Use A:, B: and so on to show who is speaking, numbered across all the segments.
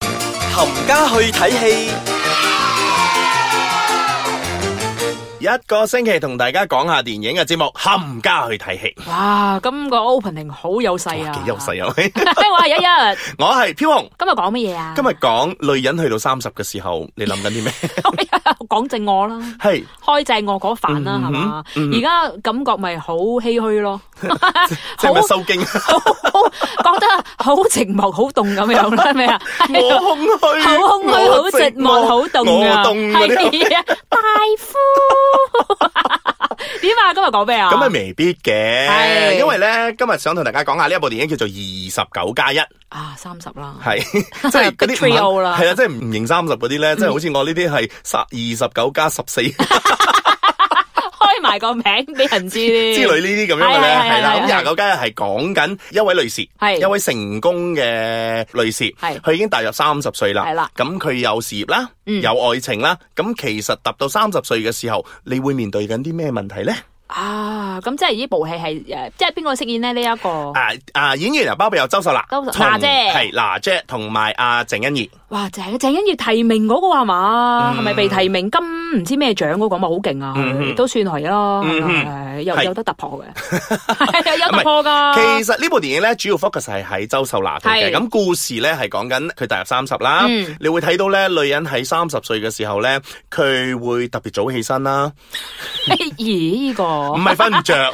A: 冚家去睇戲。一個星期同大家講下電影嘅節目，冚家去睇戲，
B: 哇，今個 opening 好有勢啊！
A: 哇幾優 勢啊！
B: 哇！一日
A: 我係飄紅，
B: 今日講乜嘢啊？
A: 今日講女人去到三十嘅時候，你諗緊啲咩？
B: 講正我啦，
A: 係
B: 開正我嗰飯啦，
A: 嗯
B: 係
A: 哼
B: 嘛？
A: 嗯
B: 而家感覺咪好唏噓咯，
A: 即係咪
B: 好
A: 收經？
B: 好好覺得好寂寞、好凍咁樣啦，係 咪啊？
A: 我空虛，
B: 好空虛、
A: 我
B: 好寂寞、好凍啊！
A: 我凍嗰啲。
B: 係啊，大夫點啊？今日講咩啊？
A: 咁啊，未必嘅，
B: 係
A: 因為咧今日想同大家講下呢一部電影叫做《二十九加一》，
B: 啊，三十啦，
A: 係即係嗰
B: Big
A: 啲
B: trio
A: 唔
B: 啦
A: 係啊，即係唔認三十嗰啲咧，即係好似我呢啲係十二十九加十四之
B: 開埋個名俾人 知之
A: 類呢啲咁樣嘅咧，
B: 嗯係係
A: 係啦。
B: 係啊
A: 咁
B: 係
A: 廿九加一係講緊一位女士，
B: 係
A: 一位成功嘅女士，
B: 係
A: 佢已經踏入三十歲啦，
B: 係啦。
A: 咁佢有事業啦，
B: 嗯
A: 有愛情啦，咁其實踏到三十歲嘅時候，你會面對緊啲咩問題咧？
B: 啊，咁即係呢部戲係誒，即係邊個飾演咧？呢、一個
A: 啊啊！演員啊，包括有周秀娜、
B: 哦周秀
A: 同
B: 娜姐
A: 係娜姐同埋阿鄭欣宜，
B: 哇，鄭鄭欣要提名嗰個係嘛？
A: 嗯
B: 係咪被提名金唔知咩獎嗰個咪好勁啊？
A: 嗯哼
B: 都算係咯，
A: 嗯哼
B: 係有
A: 係
B: 有得突破 嘅，有啊突破噶。
A: 啊其實呢部電影咧，主要 focus 係喺周秀娜度嘅。
B: 係
A: 咁故事咧係講緊佢踏入三十啦，
B: 嗯
A: 你會睇到咧女人喺三十歲嘅時候咧，佢會特別早起身啦，
B: 咦？呢個
A: 唔係瞓唔着，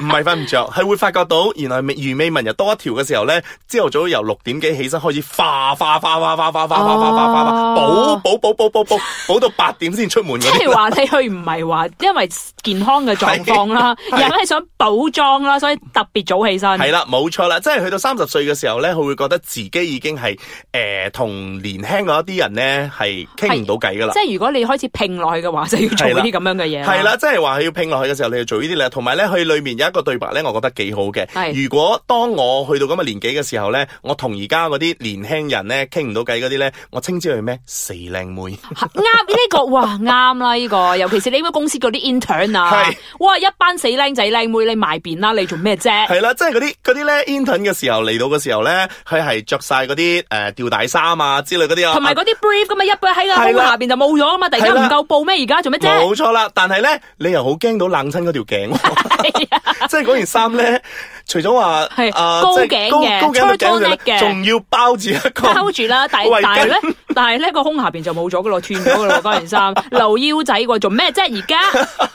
A: 唔係瞓唔着，係會發覺到原來魚尾紋又多一條嘅時候咧，朝頭早由六點幾起身開始化化化化化化化化化化化化，補
B: 哦
A: 補補補補補補到八點先出門
B: 即
A: 嗰啲
B: 係。話你去唔係話因為健康嘅狀 況啦，而係想補妝啦，所以特別早起身。
A: 系啦，冇錯啦，即係去到三十歲嘅時候咧，佢會覺得自己已經係诶同年輕嗰一啲人咧係傾唔到偈噶啦
B: 即。係如果你開始拼落去嘅話，就要做
A: 係啦
B: 呢啲咁樣嘅嘢啦。
A: 係啦，即係話佢要拼落去嘅時候，你要做呢啲咧。同埋咧，佢裏面有一個對白咧，我覺得幾好嘅。
B: 係
A: 如果當我去到咁嘅年紀嘅時候咧，我同而家嗰啲年輕人咧傾唔到偈嗰啲咧，我稱之為咩？死靚妹。
B: 啱呢、個哇啱啦呢個，尤其是你嗰公司嗰啲 intern 啊
A: 係，
B: 哇一班死僆仔僆妹，你埋便啊啦，你做咩啫？
A: 係啦，即係嗰啲嗰啲咧 intern 嘅時候嚟到嘅時候咧，佢係着晒嗰啲诶吊帶衫啊之類嗰啲啊。
B: 同埋嗰啲 brief 咁啊，一杯喺個
A: 係
B: 胸
A: 啦
B: 下邊就冇咗啊嘛，突然
A: 係
B: 間
A: 啦
B: 唔夠報咩？而家做咩啫？
A: 冇錯啦，但係咧，你又好驚到冷親嗰條 頸喎。
B: 係啊
A: 即係嗰件衫咧，除咗話
B: 係
A: 啊
B: 高
A: 即係
B: 頸
A: 高
B: 嘅
A: 高頸到
B: turtleneck
A: 頸
B: 嘅
A: 仲要包住一個
B: 包住啦，但
A: 圍巾
B: 係但係咧，但係咧個胸下邊就冇咗噶咯，斷咗噶咯嗰 件衫，留腰仔喎，做咩啫？而家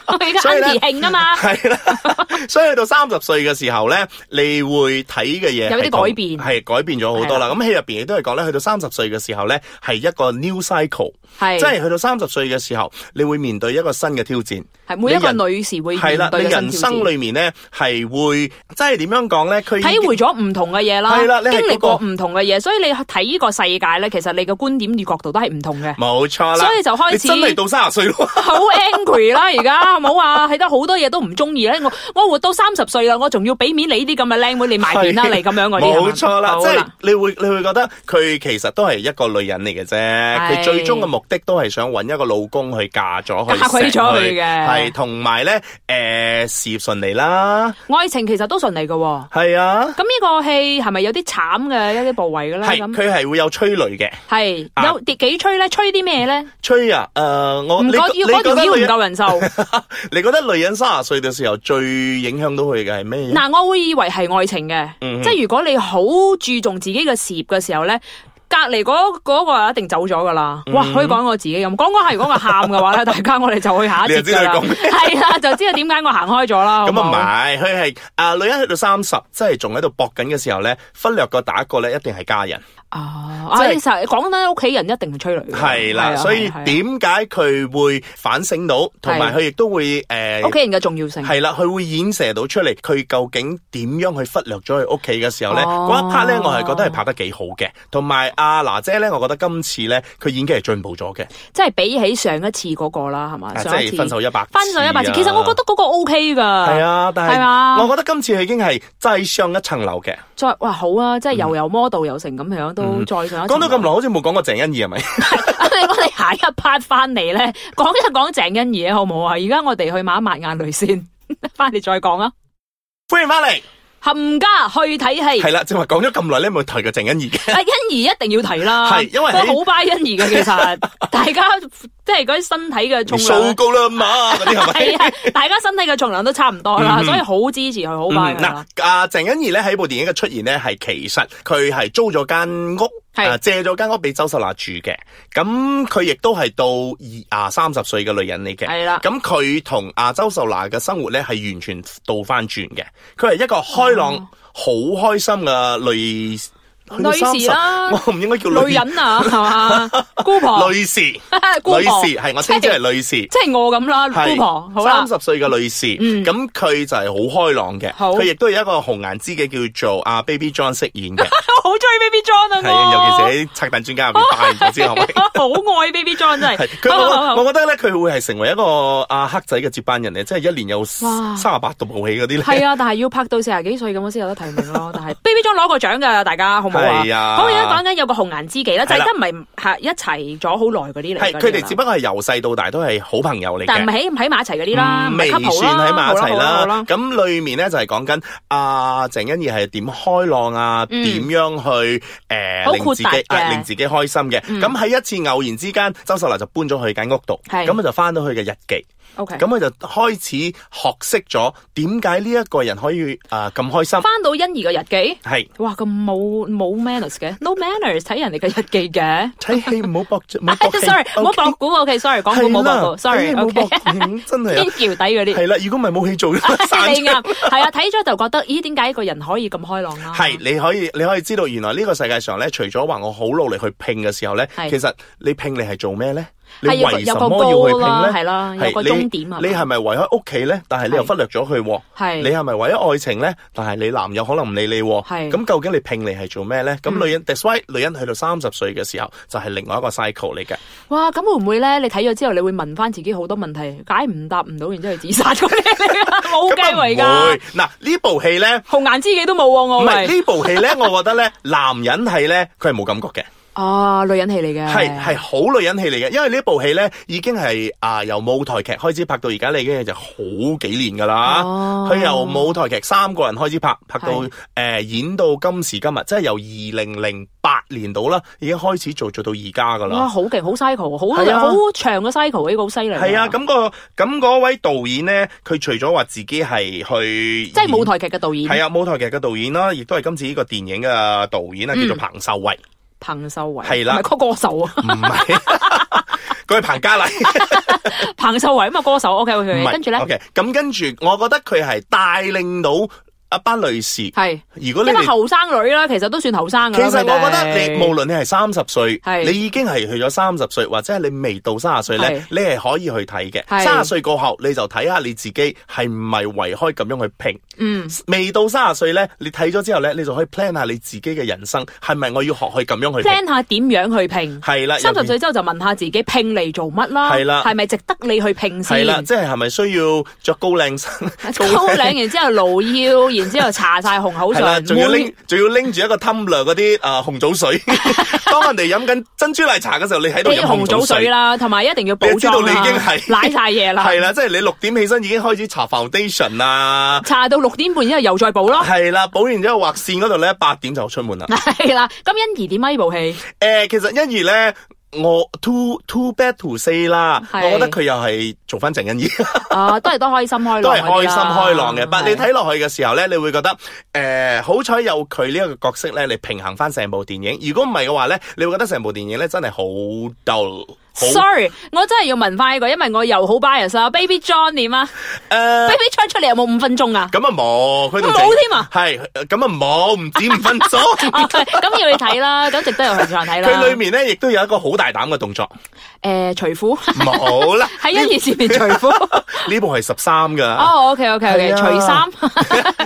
B: 而家
A: 所以呢
B: Andy 慶啊 嘛，
A: 係啦，所以去到三十歲嘅時候咧，你會睇嘅嘢
B: 有啲
A: 係同
B: 改變
A: 係改變咗好多啦。咁戲入邊亦都係講咧，去到三十歲嘅時候咧，係一個 new cycle，
B: 係
A: 即係去到三十歲嘅時候，你會面對一個新嘅挑戰。
B: 係每一個
A: 你人
B: 女士會
A: 係啦
B: 面，
A: 你
B: 對嘅
A: 人
B: 新挑
A: 生
B: 戰。
A: 裏面咧係會，即係點樣講咧？佢已經
B: 體會咗唔同嘅嘢啦，
A: 係啦你係
B: 經歷
A: 嗰
B: 過
A: 個
B: 唔同嘅嘢，所以你睇呢個世界咧，其實你嘅觀點與角度都係唔同嘅。
A: 冇錯啦，
B: 所以就開始
A: 你真係到三十歲咯。
B: 好 angry 啦，而家冇話睇得好多嘢都唔中意咧。我我活到三十歲啦，我仲要俾面你呢啲咁嘅靚妹，你埋面啦
A: 係
B: 你咁樣嗰啲。係嘛
A: 冇錯啦，
B: 好
A: 即係你會你會覺得佢其實都係一個女人嚟嘅啫，佢最終嘅目的都係想揾一個老公去嫁咗佢，
B: 嫁鬼咗佢嘅
A: 係同埋咧誒事業順利啦，
B: 愛情其實都順利嘅喎。
A: 係啊，
B: 咁呢個戲係咪有啲慘嘅一啲部位嘅
A: 係
B: 咧？咁
A: 佢係會有催淚嘅，
B: 係
A: 啊
B: 有幾幾吹咧？吹啲咩咧？
A: 催啊誒我
B: 唔
A: 你
B: 覺
A: 覺
B: 要嗰
A: 你覺
B: 條
A: 得嗯
B: 腰唔
A: 女人
B: 夠人瘦
A: 你覺得女人三十歲嘅時候最影響到佢嘅係咩嘢？
B: 嗱，我會以為係愛情嘅，
A: 嗯哼
B: 即係如果你好注重自己嘅事業嘅時候咧。隔離嗰嗰個一定走咗噶啦，
A: 嗯
B: 哇！可以講我自己咁，講講係如果我喊 嘅話咧，大家我哋就去下一
A: 你就
B: 節
A: 知
B: 噶啦
A: 道佢講，咩
B: 係啦，就知道點解我行開咗啦。
A: 咁啊唔
B: 好冇
A: 係，佢係啊女人去到三十，即係仲喺度搏緊嘅時候咧，忽略個打過咧，一定係家人。
B: 啊，
A: 即
B: 啊
A: 係
B: 你實講緊屋企人一定係催淚嘅，
A: 係啦，
B: 啊
A: 所以
B: 係啊
A: 點解佢會反省到，同埋佢亦都會诶
B: 啊屋，企人嘅重要性
A: 係啦，佢會演射到出嚟，佢究竟點樣去忽略咗佢屋企嘅時候咧？
B: 哦
A: 嗰一 part 咧，我係覺得係拍得幾好嘅，同埋阿娜姐咧，我覺得今次咧佢演技係進步咗嘅，
B: 即係比起上一次嗰個啦，係嘛？
A: 啊即
B: 上一
A: 係
B: 次
A: 分手一百，
B: 分手一百次，其實我覺
A: 得
B: 得嗰個 O K 噶，
A: 係啊，
B: 係
A: 但
B: 嘛
A: 係我覺得今次佢已經係再上一層樓嘅。
B: 再哇好啊，即係又有 model 又成咁樣，都再上一層
A: 嗯講到咁耐，好似冇講過鄭欣宜係 咪？
B: 樓，我哋下一 part 翻嚟咧，講一講鄭欣 宜啊，好唔好啊？而家我哋去抹一抹眼淚先，翻嚟再講啊。
A: 歡迎翻嚟，
B: 冚家去睇戲。
A: 系啦，正话講咗咁耐咧，咪提個鄭欣宜嘅。
B: 啊，欣宜一定要提啦，
A: 係因為
B: 我
A: 喺
B: 好拜欣宜嘅，其 實大家即係嗰啲身體嘅重
A: 數
B: 量。
A: 高啦嘛，嗰啲係咪？
B: 係啊，大家身體嘅重量都差唔多啦，所以好支持佢，好拜
A: 嗯
B: 佢
A: 嗱
B: 啦。，
A: 阿鄭欣宜咧喺部電影嘅出現咧，係其實佢係租咗間屋，
B: 係
A: 啊借咗間屋俾周秀娜住嘅。咁佢亦都係到二啊三十歲嘅女人嚟嘅。
B: 係啦
A: 咁佢同阿周秀娜嘅生活咧係完全倒翻轉嘅。佢係一個開朗、好、開心嘅女
B: 女士哦啦
A: 我唔應該叫
B: 女人啊，係 嘛，姑婆，
A: 女士，女
B: 姑婆，
A: 士係我稱之為女士。
B: 即係我咁啦，姑婆，好啦
A: 三，十歲嘅女士，
B: 嗯
A: 咁佢就係好開朗嘅，
B: 好
A: 佢亦都有一個紅顏知己叫做阿 Baby John 飾演 嘅，
B: 我好中意 Baby John 啊，
A: 係啊，
B: 我
A: 尤其是喺拆彈專家入面扮咗 之後，係咪
B: 好愛 Baby John 真
A: 係
B: 係，
A: 佢
B: 好好
A: 我
B: 好
A: 我覺得咧，佢會係成為一個阿黑仔嘅接班人咧，即係一年有
B: 哇
A: 三十八度武器嗰啲咧，
B: 係啊，但係要拍到四十幾歲咁我先有得提名咯。但係 Baby John 攞過獎㗎，大家好唔好啊？
A: 係啊
B: 咁我而家講緊有個紅顏知己啦，
A: 係
B: 就係
A: 啦
B: 都唔係係一齊咗好耐嗰啲嚟㗎
A: 係
B: 啦。
A: 佢哋只不過係由細到大都係好朋友嚟
B: 但唔
A: 嘅。
B: 係喺唔喺埋一齊嗰啲啦，
A: 嗯
B: 唔係
A: 未
B: couple
A: 算喺埋一齊
B: 好
A: 啦
B: 啦。
A: 咁裏面咧就係講緊阿鄭欣宜係點開朗啊，點
B: 嗯
A: 樣去誒
B: 好
A: 令
B: 豁
A: 自
B: 達
A: 己啊
B: 嘅嗯
A: 令自己開心嘅。咁喺一次偶然之間，周秀娜就搬咗去間屋度，
B: 係
A: 咁佢就翻到佢嘅日記，
B: O K，
A: 咁佢就開始學識咗點解呢一個人可以啊咁開心，
B: 翻到欣宜嘅日記，
A: 係
B: 哇咁冇冇 manners 嘅，no manners 睇人哋嘅日記嘅。
A: 睇戲唔好搏 著，唔好
B: 啊
A: 搏氣
B: ，sorry，唔好
A: OK？
B: 博股，O K，sorry，講股
A: 係
B: 冇
A: 啦哎睇戲
B: 博股
A: 唔好
B: ，sorry，O K，
A: 搏嗯真係
B: 天
A: 啊
B: 橋底嗰啲。
A: 係啦，如果唔係冇戲做啦， 散
B: 你
A: 出
B: 啱，係啊，睇咗就覺得，咦，點解一個人可以咁開朗啊啦？
A: 係，你可以你可以知道，原來呢個世界上咧，除咗話我好努力去拼嘅時候咧，
B: 係
A: 其實你拼你係做咩咧？你
B: 係有個
A: 為什
B: 有
A: 麼
B: 個
A: 要去
B: 高
A: 拼
B: 啦，係
A: 咧？
B: 啦，有個
A: 你
B: 終點啊。
A: 你係咪為咗屋企咧？但係你又
B: 係
A: 忽略咗佢喎。
B: 係
A: 你係咪為咗愛情咧？但係你男友可能唔理你喎。
B: 係嗯
A: 咁究竟你拼你係做咩咧？咁女人，that's why 女人去到三十歲嘅時候，就係另外一個 cycle 嚟嘅。
B: 哇，咁會唔會咧？你睇咗之後，你會問翻自己好多問題，解唔答唔到，然之後自殺嗰啲嚟㗎 冇
A: 咁
B: 計
A: 啊
B: 為
A: 唔
B: 㗎
A: 會，嗱呢部戲咧，
B: 紅顏知己都冇喎，
A: 唔
B: 我
A: 係
B: 係
A: 呢部戲咧，我覺得咧， 男人係咧，佢係冇感覺嘅。
B: 啊，女人戲嚟嘅，
A: 係係好女人戲嚟嘅，因為呢部戲咧已經係啊由舞台劇開始拍到而家，你已經就好幾年噶啦。
B: 哦
A: 佢、由舞台劇三個人開始拍，拍到
B: 係
A: 誒、呃演到今時今日，即係由二零零八年到啦，已經開始做做到而家噶
B: 哇，
A: 啦。
B: 好勁，好 cycle，
A: 係啊
B: 好好長嘅 cycle，呢個好犀利。
A: 係啊，咁、個咁嗰位導演咧，佢除咗話自己係去
B: 即係舞
A: 演。
B: 台劇嘅導演，
A: 係啊，舞台劇嘅導演啦，亦都係今次呢個電影嘅導演啊，叫做
B: 嗯
A: 彭秀慧，
B: 彭秀慧
A: 係啦
B: 唔係個歌手啊，
A: 唔係 佢係彭嘉麗。
B: 彭秀慧啊嘛，歌手，OK
A: 唔
B: OK，
A: 係
B: 跟住咧
A: OK，咁跟住，我覺得佢係帶領到一班女士。
B: 係。
A: 如果你
B: 因為
A: 哋
B: 後生女啦，其實都算後生
A: 其
B: 噶啦。
A: 實我覺得
B: 佢哋
A: 你無論你係三十歲，
B: 係
A: 你已經係去咗三十歲，或者係你未到三十歲咧
B: 係，
A: 你係可以去睇嘅。
B: 係
A: 三十歲過後，你就睇下你自己係唔係圍開咁樣去拼。
B: 嗯，
A: 未到三十歲咧，你睇咗之後咧，你就可以 plan 下你自己嘅人生係咪我要學去咁樣去拼？
B: plan 下點樣去拼。
A: 係啦，
B: 三
A: 尤
B: 十
A: 其
B: 歲之後就問下自己拼嚟做乜啦，
A: 啊係啦
B: 係咪值得你去拼
A: 係
B: 先？
A: 啦，即係係咪需要着高領衫？
B: 高領，然之後露腰，然之後搽晒紅口嗯
A: 系啦，
B: 唇，
A: 仲要
B: 每
A: 拎仲要拎住一個 tumbler 嗰啲诶紅棗 水，當人哋飲緊珍珠奶茶嘅時候，你喺度飲
B: 啲紅
A: 紅
B: 棗
A: 棗
B: 水
A: 水。
B: 啦，同埋一定要補
A: 你知道
B: 妝
A: 你已經
B: 啦，
A: 係
B: 舐晒嘢啦，
A: 係啦，即係你六點起身已經開始搽 foundation 啦，
B: 搽到六點半之後又再補咯，
A: 係啦，補完之後畫線嗰度咧，八點就出門啦。
B: 係啦。咁欣宜點啊？呢部戲
A: 诶，其實欣宜咧。我 too too bad to say 啦，
B: 係
A: 我覺得佢又係做翻鄭欣宜，
B: 啊，都係都開心開朗
A: 都
B: 嗰
A: 係
B: 啲
A: 開心
B: 啦，
A: 開朗嘅。但你
B: 係
A: 睇落去嘅時候咧，你會覺得诶，誒好彩有佢呢一個角色咧，你平衡翻成部電影。如果唔係嘅話咧，你會覺得成部電影咧真係好 dull，好
B: Sorry，我真係要問翻呢個，因為我又好 bias 啦。Baby John 點啊
A: 诶。
B: ？Baby John 出嚟有冇五分鐘啊？
A: 咁啊冇，佢同
B: 冇添啊
A: 系咁啊冇，唔止五分 鐘。
B: 啊咁要你睇啦，咁值得有去場睇啦。
A: 佢裏面咧亦都有一個好大膽嘅動作，
B: 誒除褲
A: 冇 啦，
B: 喺欣宜前面除褲。
A: 呢部係十三噶，
B: 啊 哦，OK OK OK，
A: 係啊
B: 除衫。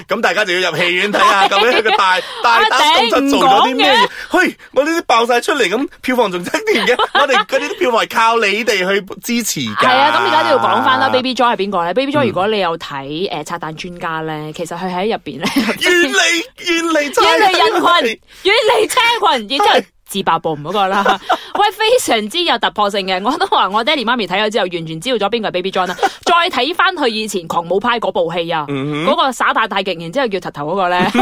A: 咁大家就要入戲院睇下，究竟佢個 大大膽動作做咗啲咩
B: 啊啊頂唔
A: 嘢？嘿，我呢啲爆晒出嚟，咁票房仲爭啲嘅， 我哋嗰啲票房係靠你哋去支持㗎。
B: 係啊，咁而家都要講翻 啦。Baby Joy 係邊個咧？Baby Joy 如果你有睇誒拆彈專家咧，其實佢喺入邊咧，
A: 遠離遠離真
B: 遠離
A: 係
B: 人群，遠離車群，然之後。自爆部唔嗰個啦，喂，非常之有突破性嘅，我都話我爹哋媽咪睇咗之後，完全知道咗邊個係 Baby John 啦。再再睇翻佢以前狂舞派嗰部戲啊，
A: 嗯
B: 嗰個耍大太極，然之後要柒頭嗰個咧。
A: 哼，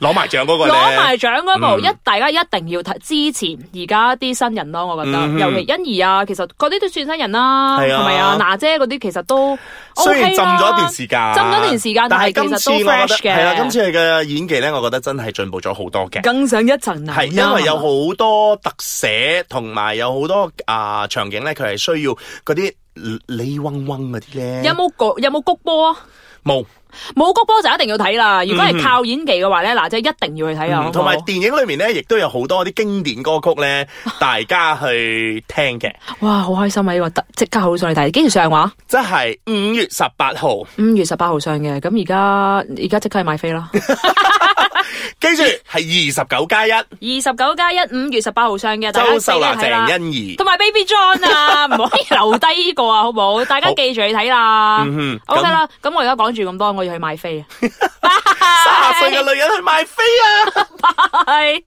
A: 攞埋獎嗰個咧，
B: 攞埋獎嗰部，
A: 嗯
B: 一大家一定要睇支持而家啲新人咯，我覺得
A: 嗯，
B: 尤其欣宜啊，其實嗰啲都算新人啦，
A: 係啊
B: 係咪啊？娜姐嗰啲其實都 O
A: 雖然
B: K
A: 浸咗一段時間，
B: 哦啊浸咗一段時間
A: 但係
B: 但係
A: 今
B: 其
A: 次
B: 實都
A: 我覺得
B: fresh 嘅
A: 係啦，今次佢嘅演技咧，我覺得真係進步咗好多嘅。
B: 更上一層樓啦。
A: 係因為有好多特寫，同埋有好多啊、場景咧，佢係需要嗰啲李嗡嗡嗰啲咧。
B: 有冇谷有冇谷波啊？
A: 冇？
B: 冇谷波就一定要睇啦。如果
A: 嗯
B: 係靠演技嘅話咧，娜姐一定要去睇啊。
A: 嗯同埋電影裏面咧，亦都有好多啲經典歌曲 咧，大家去聽嘅。
B: 哇，好開心啊！呢個特即刻好想去睇，幾時上話？
A: 即係五月十八號，
B: 五月十八號上嘅，咁而家而家即刻去 買飛啦。
A: 記住係
B: 嗯
A: 二十九加一，
B: 二十九加一，五月十八號上嘅，大家
A: 周
B: 記得
A: 秀娜、
B: 睇啦。
A: 鄭欣宜。
B: 同埋 Baby John 啊，唔可以留低呢個啊，好唔好？大家
A: 好
B: 記住去睇啦。
A: 嗯哼
B: OK 啦，咁我而家講住 咁多，我要去買飛啊。
A: 三十歲嘅女人去買飛啊！
B: 拜拜。